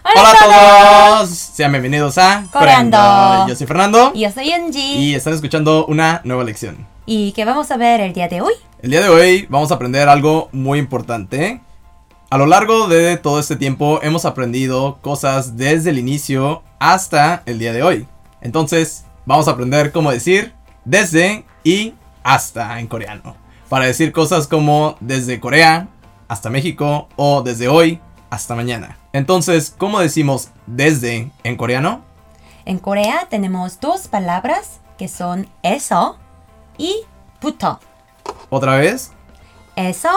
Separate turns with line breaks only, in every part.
Hola, a todos. Sean bienvenidos a
Coreando.
Yo soy Fernando
Y yo soy Angie.
y están escuchando una nueva lección.
¿Y qué vamos a ver el día de hoy?
El día de hoy vamos a aprender algo muy importante. A lo largo de todo este tiempo hemos aprendido cosas desde el inicio hasta el día de hoy. Entonces, vamos a aprender cómo decir desde y hasta en coreano. Para decir cosas como desde Corea hasta México o desde hoy hasta mañana. Entonces, ¿cómo decimos desde en coreano?
En Corea tenemos dos palabras que son eso y puto.
Otra vez,
Eso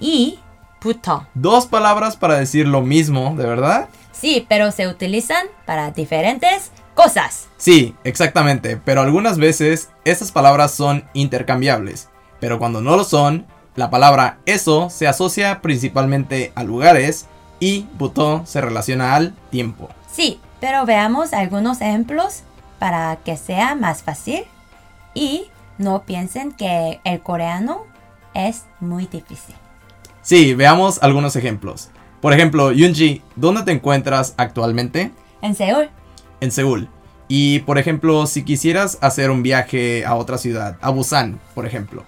y puto.
dos palabras para decir lo mismo, ¿de verdad?
Sí, pero se utilizan para diferentes cosas.
Sí, exactamente, pero algunas veces estas palabras son intercambiables, pero cuando no lo son, la palabra eso se asocia principalmente a lugares y butó se relaciona al tiempo.
Sí, pero veamos algunos ejemplos para que sea más fácil y no piensen que el coreano es muy difícil.
Sí, veamos algunos ejemplos. Por ejemplo, Yunji, ¿dónde te encuentras actualmente?
En Seúl,
En Seúl. Y por ejemplo, si quisieras hacer un viaje a otra ciudad, a Busan, por ejemplo,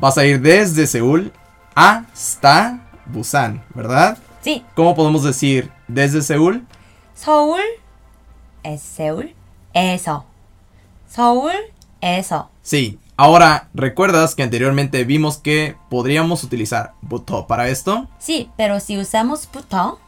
vas a ir desde Seúl hasta Busan, ¿verdad?
sí,
¿Cómo podemos decir desde Seúl?
서울 es Seúl, eso. 서울, eso.
Sí. Ahora, ¿recuerdas que anteriormente vimos que podríamos utilizar buto para esto?
Sí, pero si usamos puto,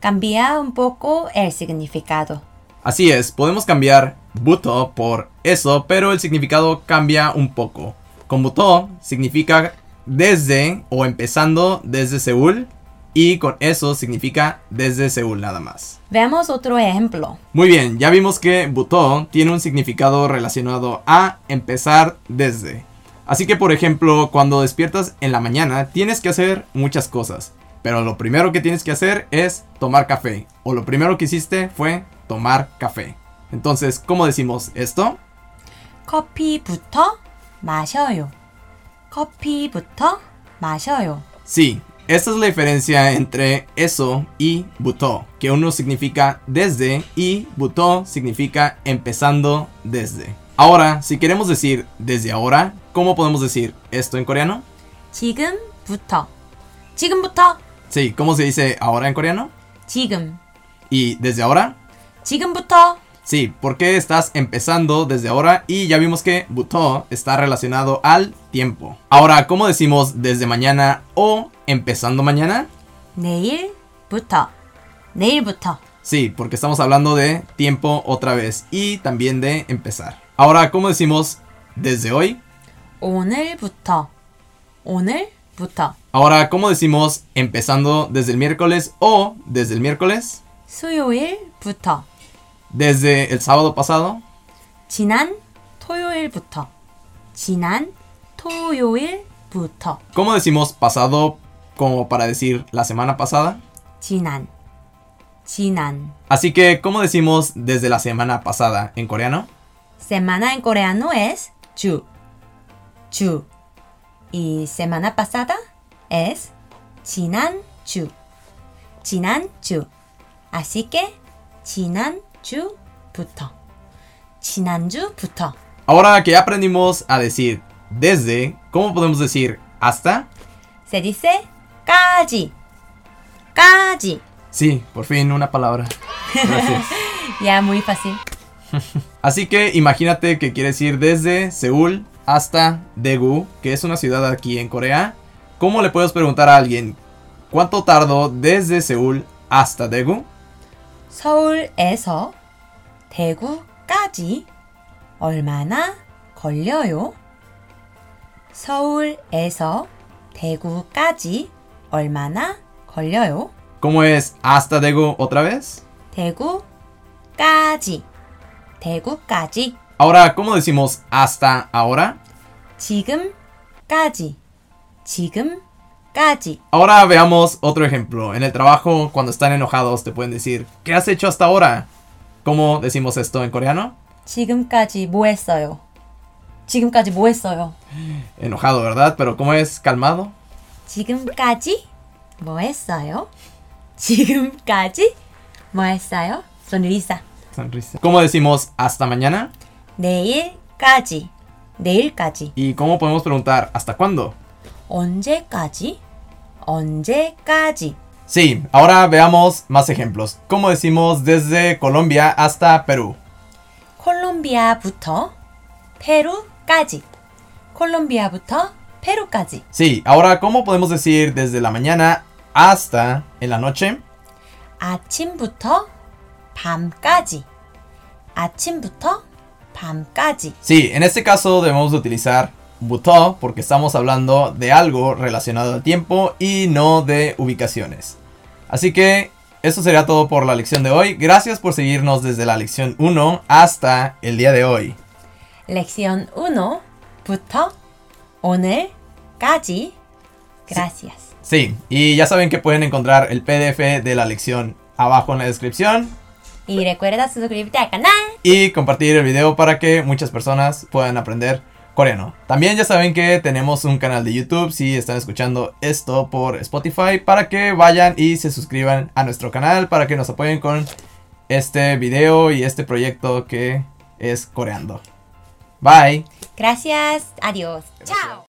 cambia un poco el significado.
Así es, podemos cambiar buto por eso, pero el significado cambia un poco. Con buto significa desde o empezando desde Seúl y con eso significa desde Seúl nada más.
Veamos otro ejemplo.
Muy bien, ya vimos que buto tiene un significado relacionado a empezar desde. Así que por ejemplo, cuando despiertas en la mañana tienes que hacer muchas cosas, pero lo primero que tienes que hacer es tomar café, o lo primero que hiciste fue tomar café. Entonces, ¿cómo decimos esto?
커피부터 마셔요. 커피부터 마셔요.
Sí, esta es la diferencia entre eso y buto, que uno significa desde y buto significa empezando desde. Ahora, si queremos decir desde ahora, ¿cómo podemos decir esto en coreano?
지금부터. 지금부터.
Sí, ¿cómo se dice ahora en coreano?
지금.
¿Y desde ahora?
지금부터.
Sí, porque estás empezando desde ahora y ya vimos que buto está relacionado al tiempo. Ahora, ¿cómo decimos desde mañana o empezando mañana?
내일부터. 내일부터.
Sí, porque estamos hablando de tiempo otra vez y también de empezar. Ahora, ¿cómo decimos desde hoy?
오늘부터. 오늘부터.
Ahora, ¿cómo decimos empezando desde el miércoles o desde el miércoles?
수요일부터.
Desde el sábado pasado.
지난 토요일부터. 지난 토요일부터.
¿Cómo decimos pasado como para decir la semana pasada?
지난. 지난.
Así que, ¿cómo decimos desde la semana pasada en coreano?
Semana en coreano es 주. 주. Y semana pasada es 지난주. 지난주. Así que 지난주부터. 지난주부터.
Ahora que ya aprendimos a decir desde, ¿cómo podemos decir hasta?
Se dice 까지. 까지.
Sí, por fin una palabra. Gracias.
Ya muy fácil.
Así que imagínate que quieres ir desde Seúl hasta Daegu, que es una ciudad aquí en Corea. ¿Cómo le puedes preguntar a alguien cuánto tardó desde Seúl hasta Daegu?
서울에서 대구까지 얼마나 걸려요? 서울에서 대구까지 얼마나 걸려요?
¿Cómo es hasta Daegu otra vez?
대구까지 대구까지
Ahora, ¿cómo decimos hasta ahora?
지금까지 지금까지
Ahora veamos otro ejemplo. En el trabajo, cuando están enojados, te pueden decir, ¿qué has hecho hasta ahora? ¿Cómo decimos esto en coreano?
지금까지 뭐 했어요? 지금까지 뭐 했어요?
Enojado, ¿verdad? Pero ¿cómo es calmado?
지금까지 뭐 했어요? 지금까지 뭐했어요? sonrisa.
Sonrisa. ¿Cómo decimos hasta mañana?
내일까지. 내일까지.
¿Y cómo podemos preguntar hasta cuándo?
언제까지? 언제까지?
Sí, ahora veamos más ejemplos. ¿Cómo decimos desde Colombia hasta Perú?
콜롬비아부터 페루까지. 콜롬비아부터 페루까지.
Sí, ahora ¿cómo podemos decir desde la mañana hasta en la noche?
아침부터 밤까지. 아침부터 밤까지.
Sí, en este caso debemos de utilizar butó porque estamos hablando de algo relacionado al tiempo y no de ubicaciones. Así que eso sería todo por la lección de hoy. Gracias por seguirnos desde la lección 1 hasta el día de hoy.
렉션 1부터 오늘까지. Gracias.
Sí, y ya saben que pueden encontrar el PDF de la lección abajo en la descripción
Y recuerda suscribirte al canal.
y compartir el video para que muchas personas puedan aprender coreano. También ya saben que tenemos un canal de YouTube si están escuchando esto por Spotify para que vayan y se suscriban a nuestro canal para que nos apoyen con este video y este proyecto que es coreando. Bye.
Gracias. Adiós. Chao.